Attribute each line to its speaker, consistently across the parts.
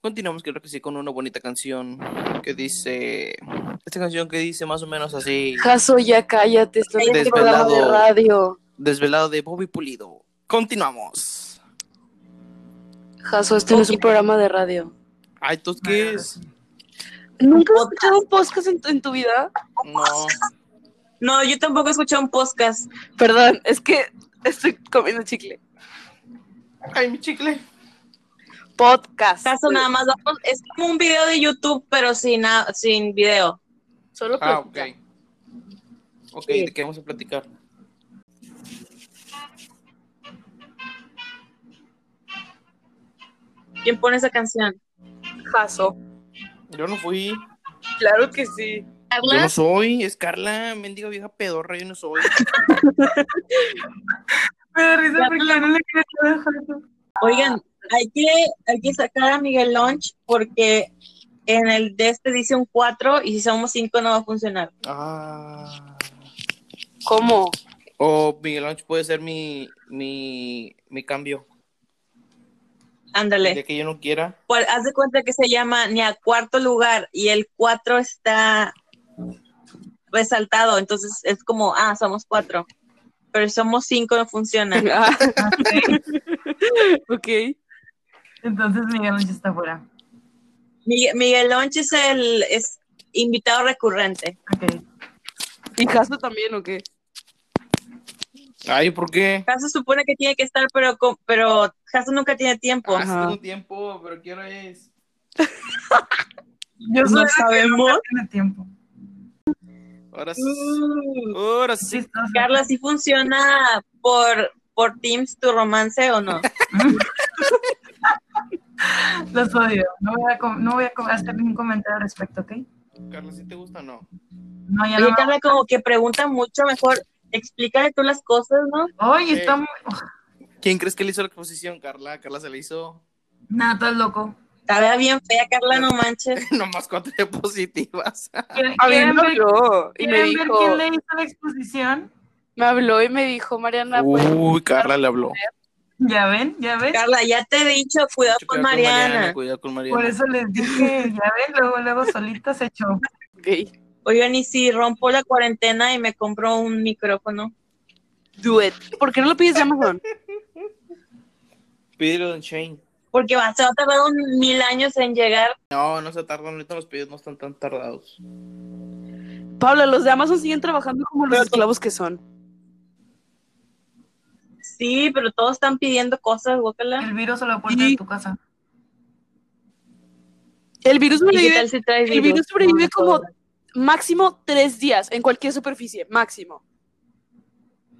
Speaker 1: Continuamos, creo que sí, con una bonita canción que dice. Esta canción que dice más o menos así:
Speaker 2: Jaso, ya cállate, esto no es un programa de
Speaker 1: Desvelado.
Speaker 2: radio.
Speaker 1: Desvelado de Bobby Pulido. Continuamos.
Speaker 2: Jaso, esto no es un programa de radio.
Speaker 1: Ay, ¿tú qué es?
Speaker 2: ¿Nunca has escuchado un podcast en tu, en tu vida?
Speaker 1: No.
Speaker 3: No, yo tampoco he escuchado un podcast.
Speaker 2: Perdón, es que estoy comiendo chicle.
Speaker 1: Ay, mi chicle.
Speaker 2: Podcast.
Speaker 3: Caso nada más vamos- es como un video de YouTube, pero sin, a- sin video.
Speaker 2: Solo
Speaker 1: Ah, ok.
Speaker 2: platica.
Speaker 1: Ok,
Speaker 3: Sí.
Speaker 1: ¿de qué vamos a platicar?
Speaker 3: ¿Quién pone esa canción?
Speaker 2: Jaso.
Speaker 1: Yo no fui.
Speaker 2: Claro que sí.
Speaker 1: Yo no soy. Es Carla, mendiga vieja pedorra, yo no soy.
Speaker 4: Me da risa porque no le quería dejar.
Speaker 3: Oigan, hay que, hay que sacar a Miguel Launch porque en el de este dice un 4 y si somos 5 no va a funcionar.
Speaker 1: Ah.
Speaker 2: ¿Cómo?
Speaker 1: O Miguel Ángel puede ser mi, mi, mi cambio.
Speaker 3: Ándale.
Speaker 1: Ya que yo no quiera.
Speaker 3: Pues, haz de cuenta que se llama ni a cuarto lugar y el 4 está resaltado, entonces es como, ah, somos 4. Pero si somos 5 no funciona.
Speaker 2: Ah, ok.
Speaker 4: Entonces Miguel Ángel está fuera.
Speaker 3: Miguel, Miguel Launch es el es invitado recurrente.
Speaker 4: Ok.
Speaker 2: ¿Y Jaso también o qué?
Speaker 1: Ay, ¿por qué?
Speaker 3: Caso supone que tiene que estar, pero co- pero Jaso nunca tiene tiempo.
Speaker 2: Ajá.
Speaker 1: Hace un tiempo, pero ¿qué hora es?
Speaker 4: Yo soy
Speaker 3: No
Speaker 4: la que
Speaker 3: sabemos.
Speaker 4: nunca tiene tiempo.
Speaker 1: Ahora sí.
Speaker 3: Mm.
Speaker 1: Ahora sí.
Speaker 4: Chistoso.
Speaker 3: Carla, ¿sí funciona por, por Teams tu romance o no?
Speaker 4: Los odio. No voy a, com- no voy a com- hacer ningún comentario al respecto, ¿ok?
Speaker 1: Carla, ¿sí te gusta o no?
Speaker 4: No, ya no.
Speaker 3: Oye,
Speaker 4: me-
Speaker 3: Carla, como que pregunta mucho, mejor explícale tú las cosas, ¿no?
Speaker 4: Oye, está muy. Uf,
Speaker 1: ¿Quién crees que le hizo la exposición, Carla? Carla se le hizo
Speaker 4: Nada, estás loco.
Speaker 3: Estaba bien fea, Carla, no manches.
Speaker 1: nomás cuatro diapositivivas.
Speaker 4: ¿Quieren,
Speaker 2: A mí
Speaker 4: quieren
Speaker 2: me
Speaker 4: ver,
Speaker 2: habló y me
Speaker 4: quieren ver
Speaker 2: dijo,
Speaker 4: quién le hizo la exposición?
Speaker 2: me habló y me dijo, Mariana, pues,
Speaker 1: Uy, Carla le habló.
Speaker 4: Ya ven, ya ven.
Speaker 3: Carla, ya te he dicho, cuidado
Speaker 1: Mucho
Speaker 3: con Mariana.
Speaker 1: Cuidado con Mariana.
Speaker 4: Por eso les dije, ya ven, luego, luego solita se echó.
Speaker 2: ok,
Speaker 3: Oigan, y si rompo la cuarentena y me compro un micrófono.
Speaker 2: do it. ¿Por qué no lo pides de Amazon?
Speaker 1: Pídelo Don Shane.
Speaker 3: Porque va, se va a tardar un mil años en llegar.
Speaker 1: No, no se tardan. Ahorita los pedidos no están tan tardados.
Speaker 2: Paula, los de Amazon siguen trabajando como los esclavos que son.
Speaker 3: Sí, pero todos están pidiendo cosas, guácala.
Speaker 4: El virus a la puerta
Speaker 2: Sí.
Speaker 4: de tu casa.
Speaker 2: El virus
Speaker 3: ¿Y qué
Speaker 2: sobrevive
Speaker 3: tal si traes
Speaker 2: Ah, el virus sobrevive como máximo tres días en cualquier superficie, máximo.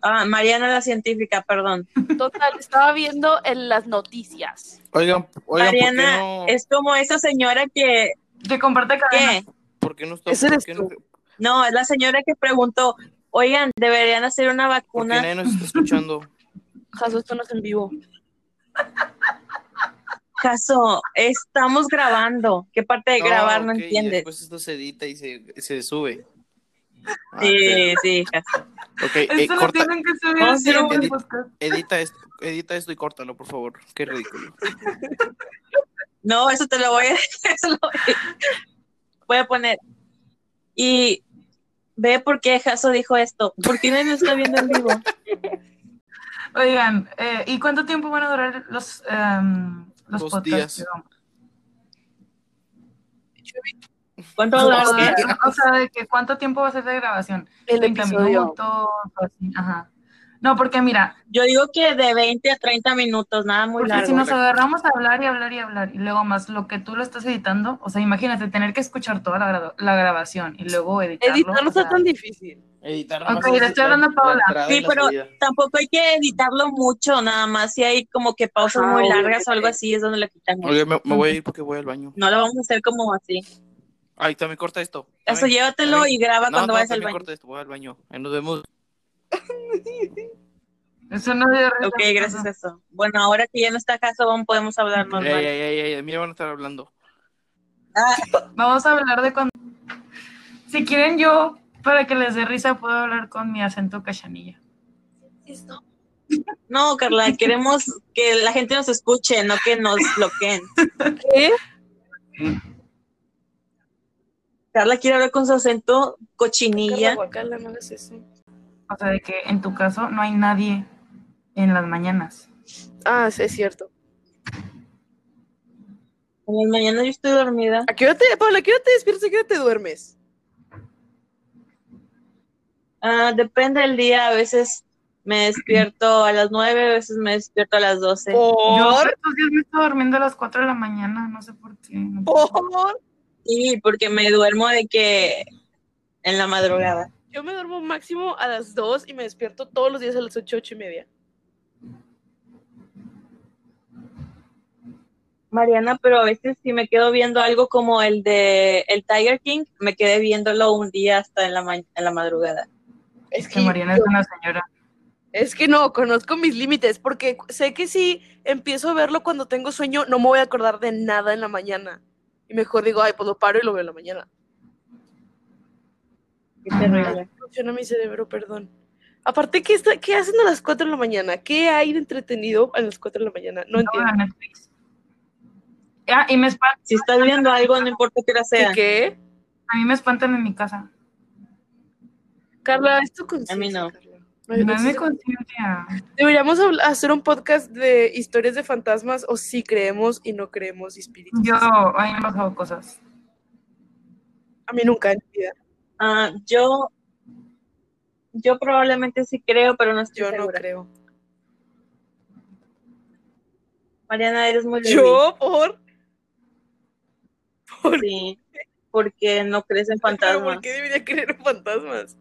Speaker 3: Ah, Mariana la científica, perdón.
Speaker 2: Total, estaba viendo en las noticias.
Speaker 1: Oigan, oigan ¿por, qué
Speaker 3: Mariana,
Speaker 1: no,
Speaker 3: Es como esa señora que...
Speaker 4: Que comparte cadena.
Speaker 3: ¿Qué?
Speaker 1: ¿por qué no está?
Speaker 2: Ese
Speaker 1: por
Speaker 2: eres
Speaker 1: qué
Speaker 2: tú.
Speaker 1: no-
Speaker 3: No, es la señora que preguntó, oigan, deberían hacer una
Speaker 1: por qué
Speaker 3: vacuna.
Speaker 1: nadie nos está escuchando?
Speaker 2: Jaso, esto no es en vivo.
Speaker 3: Caso, estamos grabando. ¿Qué parte de grabar no
Speaker 1: ok, pues, y
Speaker 3: entiendes?
Speaker 1: Después esto se edita y se, se sube. Ah,
Speaker 3: Sí, sí, Caso.
Speaker 1: Ok, eh,
Speaker 4: Eso lo
Speaker 1: corta,
Speaker 4: tienen que subir
Speaker 3: Ah,
Speaker 4: al
Speaker 3: sí,
Speaker 4: grupo de
Speaker 1: entendí.
Speaker 4: podcast.
Speaker 1: edita, esto, edita esto y córtalo, por favor. Qué ridículo.
Speaker 3: No, eso te lo voy a, eso lo voy a- voy a poner. Y ve por qué Jaso dijo esto. ¿Por qué nadie nos está viendo en vivo?
Speaker 4: Oigan, eh, ¿y cuánto tiempo van a durar los, em, los
Speaker 1: Dos
Speaker 4: podcasts?
Speaker 1: días.
Speaker 4: perdón?
Speaker 3: ¿Cuánto
Speaker 4: O
Speaker 3: va a
Speaker 4: sea,
Speaker 3: durar?
Speaker 4: o sea, de que cuánto tiempo va a ser de grabación.
Speaker 2: El
Speaker 4: 30
Speaker 2: episodio.
Speaker 4: minutos, o así, ajá. No, porque mira,
Speaker 3: Yo digo que de 20 a 30 minutos, nada muy
Speaker 4: porque si
Speaker 3: largo.
Speaker 4: nos agarramos a hablar y hablar y hablar, y luego más lo que tú lo estás editando, o sea, imagínate tener que escuchar toda la, gra- la grabación y luego editarlo.
Speaker 2: Editar no
Speaker 4: o sea,
Speaker 2: está tan difícil.
Speaker 1: Editar
Speaker 4: Ok, le estoy hablando a Paola.
Speaker 3: Sí, pero- Tampoco hay que editarlo mucho, nada más. Si hay como que pausas
Speaker 2: Ajá,
Speaker 3: muy largas
Speaker 2: obviamente.
Speaker 3: o algo así, es donde lo quitamos.
Speaker 1: Oye, me, me voy a ir porque voy al baño.
Speaker 3: No lo vamos a hacer como así.
Speaker 1: Ay, también corta esto.
Speaker 3: Caso,
Speaker 1: También-
Speaker 3: llévatelo
Speaker 1: también-
Speaker 3: y graba
Speaker 1: No,
Speaker 3: cuando
Speaker 1: no,
Speaker 3: vayas al
Speaker 1: también
Speaker 3: baño.
Speaker 1: corta esto, voy al baño. Ahí nos vemos.
Speaker 4: Eso no dio risa.
Speaker 3: Ok, gracias a eso. Bueno, ahora que ya no está Caso, vamos- podemos hablar
Speaker 1: Ey,
Speaker 3: normal.
Speaker 1: ey, ey, ey, de mí van a estar hablando.
Speaker 4: Vamos a hablar de cuando. Si quieren, yo, para que les dé risa, puedo hablar con mi acento cachanilla.
Speaker 3: No, Carla, queremos que la gente nos escuche, no que nos bloqueen.
Speaker 2: ¿Qué?
Speaker 3: Carla quiere hablar con su acento
Speaker 2: Carla,
Speaker 3: cochinilla.
Speaker 2: guacala, no hagas eso.
Speaker 4: O sea, de que en tu caso no hay nadie en las mañanas.
Speaker 2: Ah, sí, es cierto.
Speaker 3: En las mañanas yo estoy dormida.
Speaker 2: ¿A qué hora te, Paula, a qué hora te despiertas? ¿A qué hora te duermes?
Speaker 3: Ah, depende del día, a veces me despierto a las nueve, a veces me despierto a las doce.
Speaker 2: Oh.
Speaker 4: Yo
Speaker 2: ¿Por?
Speaker 4: estos días me estaba durmiendo a las 4 de la mañana, no sé por qué. no sé.
Speaker 2: ¿Por?
Speaker 3: Sí, porque me duermo de que en la madrugada.
Speaker 2: Yo me duermo máximo a las 2 y me despierto todos los días a las 8, 8 y media.
Speaker 3: Mariana, pero a veces si me quedo viendo algo como el de el Tiger King, me quedé viéndolo un día hasta en la, ma- en la madrugada.
Speaker 2: Es
Speaker 4: Que
Speaker 2: que,
Speaker 4: Mariana es una señora.
Speaker 2: es que no, conozco mis límites, porque sé que si empiezo a verlo cuando tengo sueño, no me voy a acordar de nada en la mañana. Y mejor digo, ay, pues lo paro y lo veo en la mañana.
Speaker 3: Qué
Speaker 2: Ah.
Speaker 3: terrible.
Speaker 2: Funciona mi cerebro, perdón. Aparte, ¿qué, está, ¿qué hacen a las 4 de la mañana? ¿Qué hay de entretenido a las 4 de la mañana? No
Speaker 4: No,
Speaker 2: entiendo.
Speaker 4: de Netflix. Ah, y me espantan,
Speaker 3: Si estás viendo algo, no importa qué hora sea.
Speaker 2: ¿Y ¿Qué?
Speaker 4: a mí me espantan en mi casa.
Speaker 2: Carla, esto consiste.
Speaker 3: A mí no.
Speaker 4: No es mi conciencia.
Speaker 2: Deberíamos habl- hacer un podcast de historias de fantasmas o si creemos y no creemos y espíritus.
Speaker 4: Yo, a mí me han pasado cosas.
Speaker 2: A mí nunca en mi vida.
Speaker 3: Ah, yo, yo probablemente sí creo, pero no estoy
Speaker 2: Yo no
Speaker 3: segura.
Speaker 2: creo.
Speaker 3: Mariana, eres muy débil.
Speaker 2: ¿Yo? ¿Por? ¿Por
Speaker 3: Sí, porque no crees en
Speaker 2: ¿Pero
Speaker 3: fantasmas.
Speaker 2: ¿Por qué debería creer en fantasmas?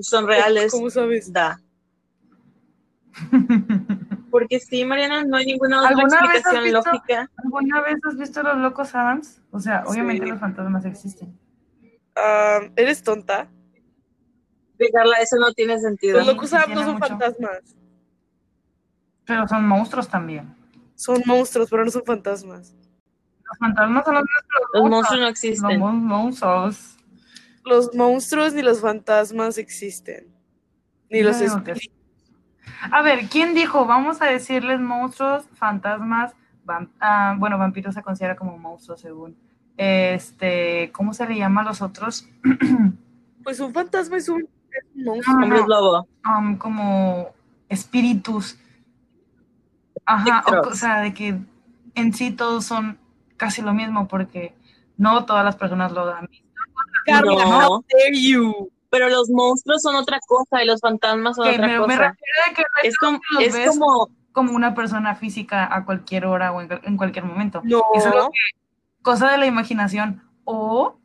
Speaker 3: Son reales.
Speaker 2: ¿Cómo sabes?
Speaker 3: Da. Porque sí, Mariana, no hay ninguna otra
Speaker 4: ¿Alguna vez has
Speaker 3: explicación
Speaker 4: visto-
Speaker 3: lógica.
Speaker 4: ¿Alguna vez has visto Los Locos Adams? O sea, obviamente
Speaker 2: Sí.
Speaker 4: los fantasmas existen.
Speaker 2: Ah, ¿Eres tonta?
Speaker 3: Explicarla, eso no tiene sentido.
Speaker 2: Los locos Adams no son
Speaker 4: Tiene mucho.
Speaker 2: fantasmas.
Speaker 4: Pero son monstruos también.
Speaker 2: Son monstruos, pero no son fantasmas.
Speaker 4: Los fantasmas son los
Speaker 3: Los
Speaker 4: monstruos.
Speaker 3: monstruos no
Speaker 4: Los
Speaker 3: existen.
Speaker 4: mon- monstruos.
Speaker 2: Los monstruos ni los fantasmas existen. Ni los
Speaker 4: Claro que
Speaker 2: espíritus.
Speaker 4: A ver, ¿quién dijo? Vamos a decirles monstruos, fantasmas, vam- ah, bueno, vampiros se considera como monstruos según. Este, ¿cómo se le llama a los otros?
Speaker 2: Pues un fantasma es un, es un
Speaker 4: No,
Speaker 2: monstruo.
Speaker 4: no,
Speaker 3: Hombres lobo.
Speaker 4: Am, Um, como espíritus. Ajá, o,
Speaker 3: Espectros.
Speaker 4: co- o sea, de que en sí todos son casi lo mismo porque no todas las personas lo dan.
Speaker 2: Carla,
Speaker 3: No.
Speaker 2: how dare you.
Speaker 3: Pero los monstruos son otra cosa y los fantasmas son
Speaker 4: Que
Speaker 3: otra
Speaker 4: me, me
Speaker 3: cosa.
Speaker 4: refiero a que no es
Speaker 3: Es como,
Speaker 4: los
Speaker 3: es
Speaker 4: ves.
Speaker 3: como,
Speaker 4: como una persona física a cualquier hora o en, en cualquier momento.
Speaker 2: No.
Speaker 4: Eso es lo cosa de la imaginación. O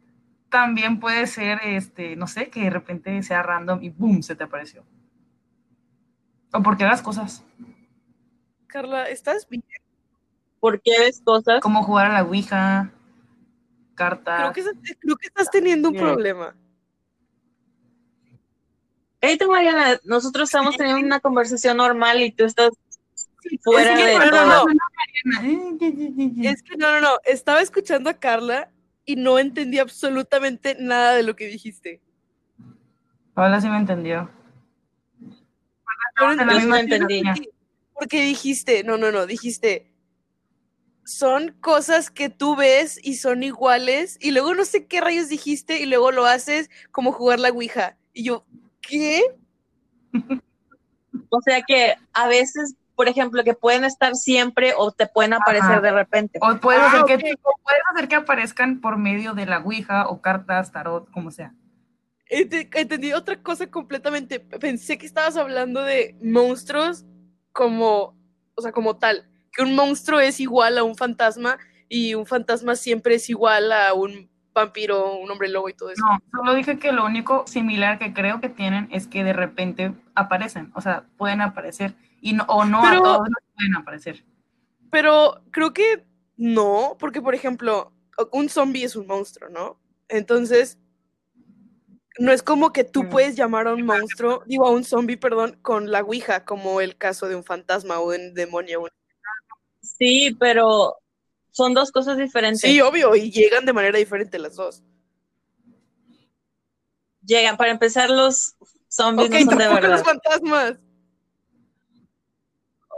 Speaker 4: también puede ser, este, no sé, que de repente sea random y boom, se te apareció. O porque hagas cosas,
Speaker 2: Carla, ¿estás bien?
Speaker 3: ¿por qué ves cosas?
Speaker 4: como jugar a la Ouija,
Speaker 2: Creo
Speaker 4: cartas.
Speaker 2: que, creo que estás teniendo un
Speaker 3: No.
Speaker 2: problema.
Speaker 3: Cállate, Mariana, nosotros estamos teniendo una conversación normal y tú estás fuera
Speaker 2: Es que-
Speaker 3: de
Speaker 2: no, no,
Speaker 3: todo.
Speaker 2: no.
Speaker 4: Es-
Speaker 2: Es que no, no, no. Estaba escuchando a Carla y no entendí absolutamente nada de lo que dijiste.
Speaker 4: Paola sí me entendió.
Speaker 2: Yo no
Speaker 4: Yo
Speaker 2: entendí.
Speaker 3: Yo no entendí.
Speaker 2: Porque dijiste, no, no, no, dijiste. Son cosas que tú ves y son iguales. Y luego no sé qué rayos dijiste y luego lo haces como jugar la Ouija. Y yo, ¿qué?
Speaker 3: O sea que a veces, por ejemplo, que pueden estar siempre o te pueden aparecer
Speaker 4: Ajá.
Speaker 3: de repente.
Speaker 4: O puedes,
Speaker 2: Ah,
Speaker 4: hacer que,
Speaker 2: ok.
Speaker 4: o puedes hacer que aparezcan por medio de la Ouija o cartas, tarot, como sea.
Speaker 2: Ente- Entendí otra cosa completamente. Pensé que estabas hablando de monstruos como, o sea, como tal. Que un monstruo es igual a un fantasma y un fantasma siempre es igual a un vampiro, un hombre lobo y todo eso.
Speaker 4: No, solo dije que lo único similar que creo que tienen es que de repente aparecen, o sea, pueden aparecer y no, o no
Speaker 2: Pero-
Speaker 4: a todos les pueden aparecer.
Speaker 2: Pero creo que no, porque por ejemplo, un zombie es un monstruo, ¿no? Entonces, no es como que tú
Speaker 3: Mm.
Speaker 2: puedes llamar a un monstruo, digo a un zombie, perdón, con la Ouija, como el caso de un fantasma o de un demonio.
Speaker 3: Sí, pero son dos cosas diferentes.
Speaker 2: Sí, obvio, y llegan de manera diferente las dos.
Speaker 3: Llegan, para empezar, los zombies
Speaker 2: Ok,
Speaker 3: no son de
Speaker 2: tampoco
Speaker 3: verdad.
Speaker 2: los fantasmas.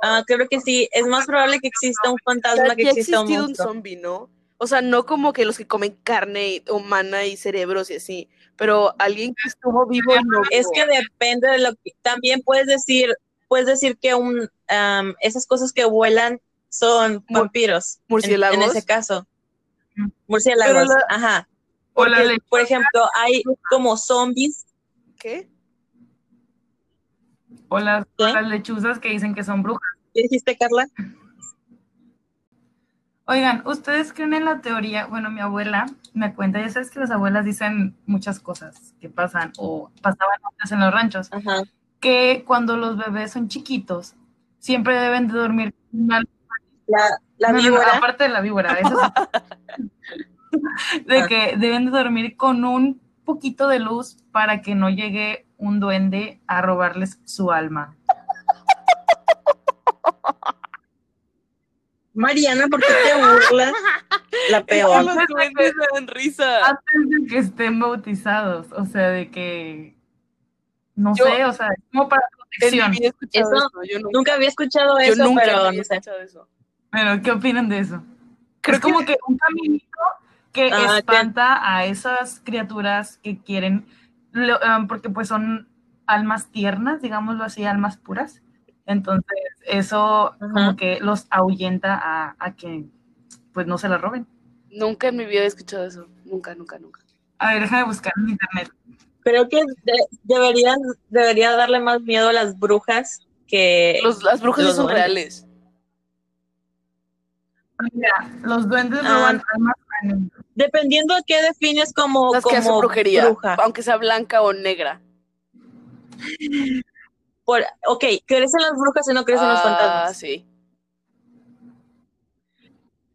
Speaker 3: Ah, creo que sí. Es más probable que exista un
Speaker 2: Ya-
Speaker 3: fantasma que
Speaker 2: ya ha
Speaker 3: exista un
Speaker 2: existido un
Speaker 3: monstruo.
Speaker 2: zombie, ¿no? O sea, no como que los que comen carne y- humana y cerebros y así, pero alguien que estuvo vivo y no
Speaker 3: Es
Speaker 2: vivo.
Speaker 3: que depende de lo que también puedes decir, puedes decir que un am, esas cosas que vuelan son
Speaker 2: Mur-
Speaker 3: vampiros. en-
Speaker 2: murciélagos.
Speaker 3: En, ese caso.
Speaker 4: Ujú.
Speaker 3: Murciélagos,
Speaker 2: Pero la-
Speaker 3: ajá.
Speaker 4: O la
Speaker 3: Porque,
Speaker 4: lechuga.
Speaker 3: por ejemplo, hay como zombies.
Speaker 2: ¿Qué?
Speaker 4: O las,
Speaker 3: ¿Qué?
Speaker 4: las lechuzas que dicen que son brujas.
Speaker 3: ¿Qué dijiste, Carla?
Speaker 4: Oigan, ¿ustedes creen en la teoría? Bueno, mi abuela me cuenta, ya sabes que las abuelas dicen muchas cosas que pasan o pasaban antes en los ranchos,
Speaker 3: Ajá.
Speaker 4: que cuando los bebés son chiquitos, siempre deben de dormir con una
Speaker 3: La, la
Speaker 4: No, no, no,
Speaker 3: víbora.
Speaker 4: aparte de la víbora, eso sí. de
Speaker 3: Ah.
Speaker 4: que deben de dormir con un poquito de luz para que no llegue un duende a robarles su alma.
Speaker 3: Mariana, ¿por qué te burlas? La
Speaker 2: Es
Speaker 3: peor.
Speaker 2: que los duendes me dan risa.
Speaker 4: Antes de que estén bautizados, o sea, de que no
Speaker 2: Yo-
Speaker 4: sé, o sea, como para
Speaker 2: En mi
Speaker 4: protección.
Speaker 2: vida he escuchado
Speaker 3: Eso-
Speaker 2: eso, Yo nunca,
Speaker 3: Nunca había escuchado
Speaker 2: yo
Speaker 3: eso,
Speaker 2: nunca
Speaker 3: pero
Speaker 2: había
Speaker 3: no sé.
Speaker 2: escuchado eso.
Speaker 4: Pero, ¿qué opinan de eso?
Speaker 2: Creo
Speaker 4: es como que un caminito que
Speaker 3: Ah, ya.
Speaker 4: espanta a esas criaturas que quieren, lo- ah, porque pues son almas tiernas, digámoslo así, almas puras. Entonces, eso
Speaker 3: Ajá.
Speaker 4: como que los ahuyenta a, a que pues no se la roben.
Speaker 2: Nunca en mi vida he escuchado eso. Nunca, nunca, nunca.
Speaker 4: A ver, déjame buscar en internet.
Speaker 3: Creo que de- deberían, debería darle más miedo a las brujas que
Speaker 2: Los- las brujas sí
Speaker 3: Eh, los
Speaker 2: son
Speaker 3: duendes.
Speaker 2: reales.
Speaker 4: Mira, los duendes
Speaker 3: Ah.
Speaker 4: roban almas a niños.
Speaker 3: Dependiendo a qué defines como,
Speaker 2: Las que hacen
Speaker 3: como
Speaker 2: brujería,
Speaker 3: bruja.
Speaker 2: aunque sea blanca o negra.
Speaker 3: Por, ok, crecen las brujas y no crecen los
Speaker 2: Ah,
Speaker 3: fantasmas.
Speaker 2: sí.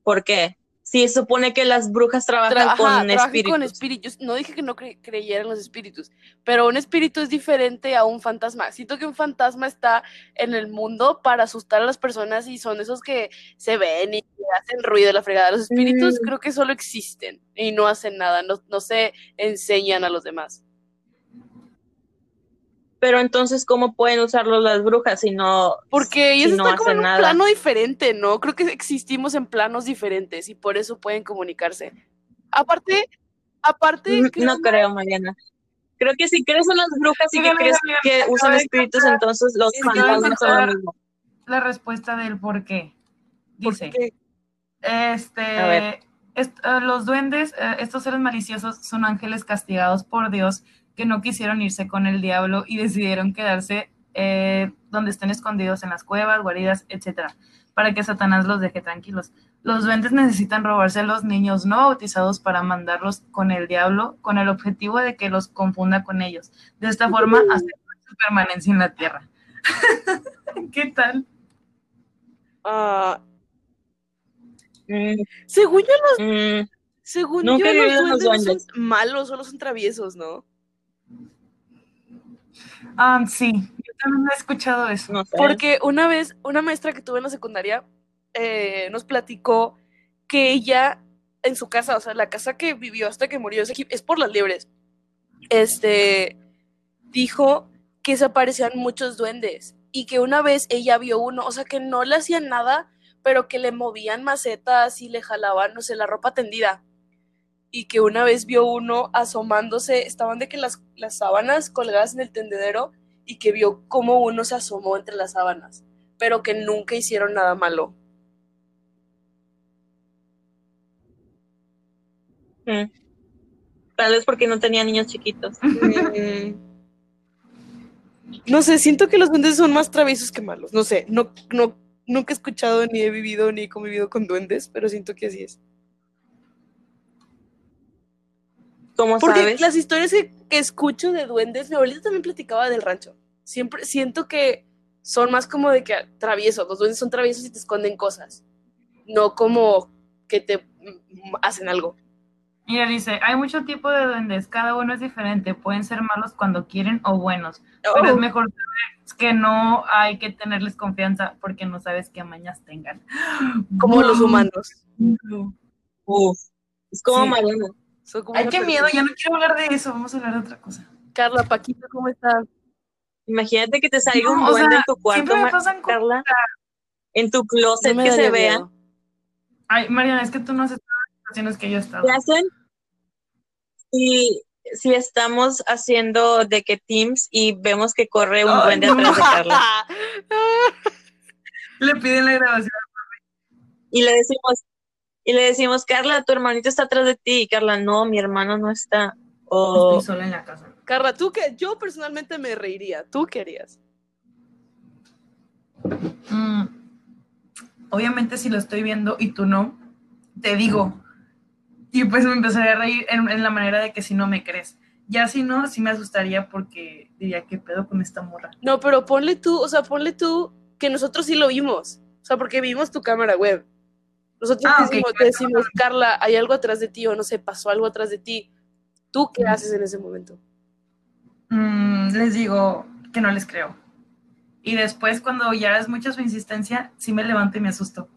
Speaker 3: ¿Por qué? Si se supone que las brujas trabajan
Speaker 2: Tra- ajá,
Speaker 3: con
Speaker 2: trabajan
Speaker 3: espíritus.
Speaker 2: con espíritus. No dije que no cre- creyera en los espíritus, pero un espíritu es diferente a un fantasma. Siento que un fantasma está en el mundo para asustar a las personas y son esos que se ven y que hacen ruido la fregada. Los espíritus
Speaker 3: Mm.
Speaker 2: creo que solo existen y no hacen nada, no, no se enseñan a los demás.
Speaker 3: Pero entonces, ¿cómo pueden usarlos las brujas si no,
Speaker 2: Porque
Speaker 3: si
Speaker 2: ellos
Speaker 3: no
Speaker 2: están como
Speaker 3: hacen
Speaker 2: en un
Speaker 3: nada?
Speaker 2: plano diferente, ¿no? Creo que existimos en planos diferentes y por eso pueden comunicarse. Aparte, aparte,
Speaker 3: Mm,
Speaker 2: creo-
Speaker 3: no creo, Mariana. Creo que si crecen las brujas y que,
Speaker 4: Mira, mira,
Speaker 3: crecen-
Speaker 4: mira,
Speaker 3: que
Speaker 4: acabo
Speaker 3: usan
Speaker 4: de
Speaker 3: espíritus,
Speaker 4: encontrar-
Speaker 3: entonces los
Speaker 2: Es que acabo de
Speaker 3: fantasmas son
Speaker 4: encontrar-
Speaker 3: lo mismo.
Speaker 4: La respuesta del por qué.
Speaker 2: ¿por
Speaker 4: Dice,
Speaker 2: qué?
Speaker 4: Este,
Speaker 3: A ver.
Speaker 4: est- eh, los duendes, eh, estos seres maliciosos, son ángeles castigados por Dios que no quisieron irse con el diablo y decidieron quedarse eh, donde estén escondidos en las cuevas, guaridas, etcétera, para que Satanás los deje tranquilos. Los duendes necesitan robarse a los niños no bautizados para mandarlos con el diablo, con el objetivo de que los confunda con ellos. De esta forma, aseguran su permanencia en la tierra. ¿Qué tal?
Speaker 2: Ah,
Speaker 3: Mm,
Speaker 2: según yo,
Speaker 3: mm,
Speaker 2: según
Speaker 3: Nunca
Speaker 2: yo,
Speaker 3: he vivido en
Speaker 2: los
Speaker 3: los
Speaker 2: duendes no son malos, solo son traviesos, ¿no?
Speaker 4: Ah, sí, yo también he escuchado eso.
Speaker 3: mm, no sé.
Speaker 2: Porque una vez, una maestra que tuve en la secundaria eh, nos platicó que ella en su casa, o sea, la casa que vivió hasta que murió, es, aquí- es por las libres, este, dijo que se aparecían muchos duendes y que una vez ella vio uno, o sea, que no le hacían nada, pero que le movían macetas y le jalaban, no sé, la ropa tendida. Y que una vez vio uno asomándose, estaban de que las, las sábanas colgadas en el tendedero y que vio cómo uno se asomó entre las sábanas, pero que nunca hicieron nada malo.
Speaker 3: Mm. Tal vez porque no tenía niños chiquitos.
Speaker 2: No sé, siento que los duendes son más traviesos que malos. No sé, no, no, nunca he escuchado, ni he vivido, ni he convivido con duendes, pero siento que así es.
Speaker 3: ¿Cómo
Speaker 2: Porque
Speaker 3: sabes?
Speaker 2: las historias que, que escucho de duendes, mi abuelita también platicaba del rancho. Siempre siento que son más como de que traviesos. Los duendes son traviesos y te esconden cosas, no como que te mm, hacen algo.
Speaker 4: Mira, dice, hay mucho tipo de duendes, cada uno es diferente, pueden ser malos cuando quieren o buenos, pero es
Speaker 2: Oh.
Speaker 4: mejor saber que no hay que tenerles confianza porque no sabes qué mañas tengan.
Speaker 2: como los humanos.
Speaker 4: humanos.
Speaker 3: Uf, es como
Speaker 4: Sí.
Speaker 3: Mariana.
Speaker 2: Son como
Speaker 4: Ay,
Speaker 2: una
Speaker 4: qué
Speaker 2: persona.
Speaker 4: miedo, ya no quiero hablar de eso, vamos a hablar de otra cosa.
Speaker 2: Carla, Paquito, ¿cómo estás?
Speaker 3: Imagínate que te salga
Speaker 4: No,
Speaker 3: un
Speaker 4: o
Speaker 3: duende
Speaker 4: sea,
Speaker 3: en tu cuarto,
Speaker 4: Siempre me
Speaker 3: Ma-
Speaker 4: pasan cosas,
Speaker 3: Carla. en tu closet que se vea.
Speaker 4: Ay, Mariana, es que tú no has estado en situaciones que yo he estado.
Speaker 3: ¿Qué hacen? Y si estamos haciendo de que Teams y vemos que corre un
Speaker 4: Ay,
Speaker 3: duende
Speaker 4: no.
Speaker 3: atrás de Carla
Speaker 4: Le piden la grabación.
Speaker 3: y le decimos y le decimos Carla, tu hermanito está atrás de ti y Carla, no, mi hermano no está. O
Speaker 4: Estoy sola en la casa.
Speaker 2: Carla, tú que yo personalmente me reiría. ¿Tú qué harías?
Speaker 4: Mm. Obviamente, si lo estoy viendo y tú no, te digo. Y pues me empezaré a reír en, en la manera de que si no me crees. Ya si no, sí me asustaría porque diría, ¿qué pedo con esta morra?
Speaker 2: No, pero ponle tú, o sea, ponle tú que nosotros sí lo vimos. O sea, porque vimos tu cámara web. Nosotros te
Speaker 4: Ah, ok,
Speaker 2: decimos,
Speaker 4: claro.
Speaker 2: te decimos, Carla, hay algo atrás de ti o no sé, pasó algo atrás de ti. ¿Tú qué
Speaker 4: Mm.
Speaker 2: haces en ese momento?
Speaker 4: Mm, les digo que no les creo. Y después, cuando ya es mucha su insistencia, sí me levanto y me asusto.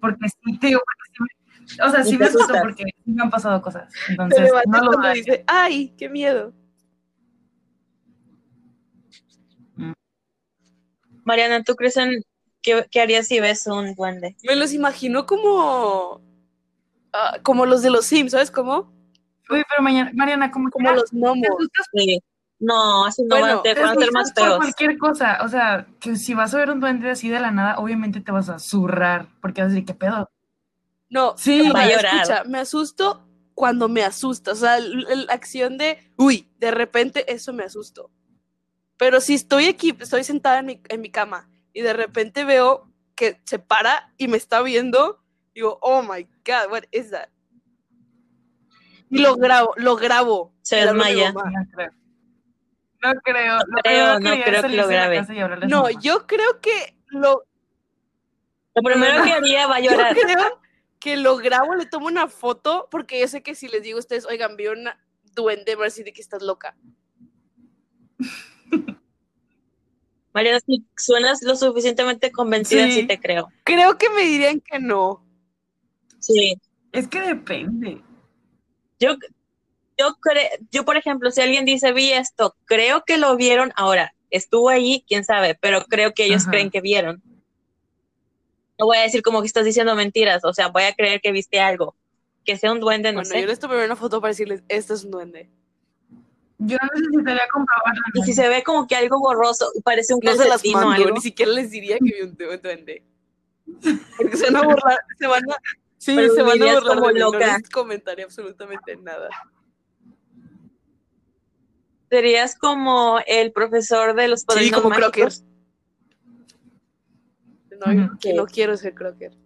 Speaker 4: Porque sí, te digo, porque sí me- o sea,
Speaker 3: Y
Speaker 4: sí
Speaker 3: te
Speaker 4: me asusto
Speaker 3: asustas.
Speaker 4: porque sí me han pasado cosas.
Speaker 2: Te
Speaker 4: Entonces,
Speaker 2: levantas
Speaker 4: no lo
Speaker 2: cuando
Speaker 4: hagan.
Speaker 2: dices, ay, qué miedo.
Speaker 4: pues,
Speaker 3: Mariana, ¿tú crees en qué, qué harías si ves un duende?
Speaker 2: Me los imagino como, ah, como los de los Sims, ¿sabes cómo?
Speaker 4: Uy, pero mañana, Mariana, como que
Speaker 2: Como
Speaker 4: ah,
Speaker 2: los
Speaker 4: te
Speaker 2: gnomos.
Speaker 4: asustas
Speaker 3: Sí. No, así no
Speaker 2: Bueno,
Speaker 3: van, te
Speaker 4: Te
Speaker 3: van a ser más
Speaker 4: asustas por
Speaker 3: feos.
Speaker 4: cualquier cosa, o sea, que si vas a ver un duende así de la nada, obviamente te vas a zurrar, porque vas a decir, ¿qué pedo?
Speaker 2: No,
Speaker 4: Sí,
Speaker 3: Va a
Speaker 2: Pero
Speaker 3: llorar.
Speaker 2: Escucha, me asusto cuando me asusta. O sea, l- l- la acción de, uy, de repente eso me asustó. Pero si estoy aquí, estoy sentada en mi, en mi cama y de repente veo que se para y me está viendo, digo, oh my God, what is that? Y lo grabo, lo grabo.
Speaker 3: Se
Speaker 2: y le hablo a mi
Speaker 3: desmaya.
Speaker 2: mamá.
Speaker 4: no creo. No creo, lo
Speaker 3: creo,
Speaker 4: peor
Speaker 3: Ah. no creo
Speaker 4: quería
Speaker 3: que
Speaker 4: salirse
Speaker 3: lo
Speaker 4: de la
Speaker 3: grabe.
Speaker 4: casa y hablarle a su
Speaker 2: No,
Speaker 4: mamá.
Speaker 2: yo creo que lo,
Speaker 3: Lo primero que haría va a
Speaker 2: yo
Speaker 3: llorar.
Speaker 2: creo que lo grabo, le tomo una foto, porque yo sé que si les digo a ustedes, oigan, vi un duende, me van a decir de que estás loca.
Speaker 3: Mariana, si suenas lo suficientemente convencida,
Speaker 4: Sí.
Speaker 3: sí te creo.
Speaker 2: Creo que me dirían que no.
Speaker 3: Sí.
Speaker 4: Es que depende.
Speaker 3: Yo, yo, cre- yo, por ejemplo, si alguien dice, vi esto, creo que lo vieron ahora. Estuvo ahí, quién sabe, pero creo que ellos
Speaker 4: Ajá.
Speaker 3: creen que vieron. No voy a decir como que estás diciendo mentiras, o sea, voy a creer que viste algo. Que sea un duende, no
Speaker 2: Bueno,
Speaker 3: sé.
Speaker 2: yo les tomé una foto para decirles, esto es un duende.
Speaker 4: Yo necesitaría comprobarlo.
Speaker 3: Y si se ve como que algo borroso, parece un
Speaker 2: No se las
Speaker 3: calcetín o
Speaker 2: mando,
Speaker 3: algo.
Speaker 2: ni siquiera les diría que vi un du- un duende. Porque se van a borrar, se van a... Sí,
Speaker 3: Pero
Speaker 2: se van a
Speaker 3: vivirías
Speaker 2: borrar
Speaker 3: como
Speaker 2: de mí, no
Speaker 3: loca.
Speaker 2: les comentaré absolutamente nada.
Speaker 3: Serías como el profesor de los
Speaker 2: Sí,
Speaker 3: padrinos
Speaker 2: como
Speaker 3: mágicos.
Speaker 2: Crocker. No,
Speaker 4: Ujú.
Speaker 2: que no quiero ser Crocker.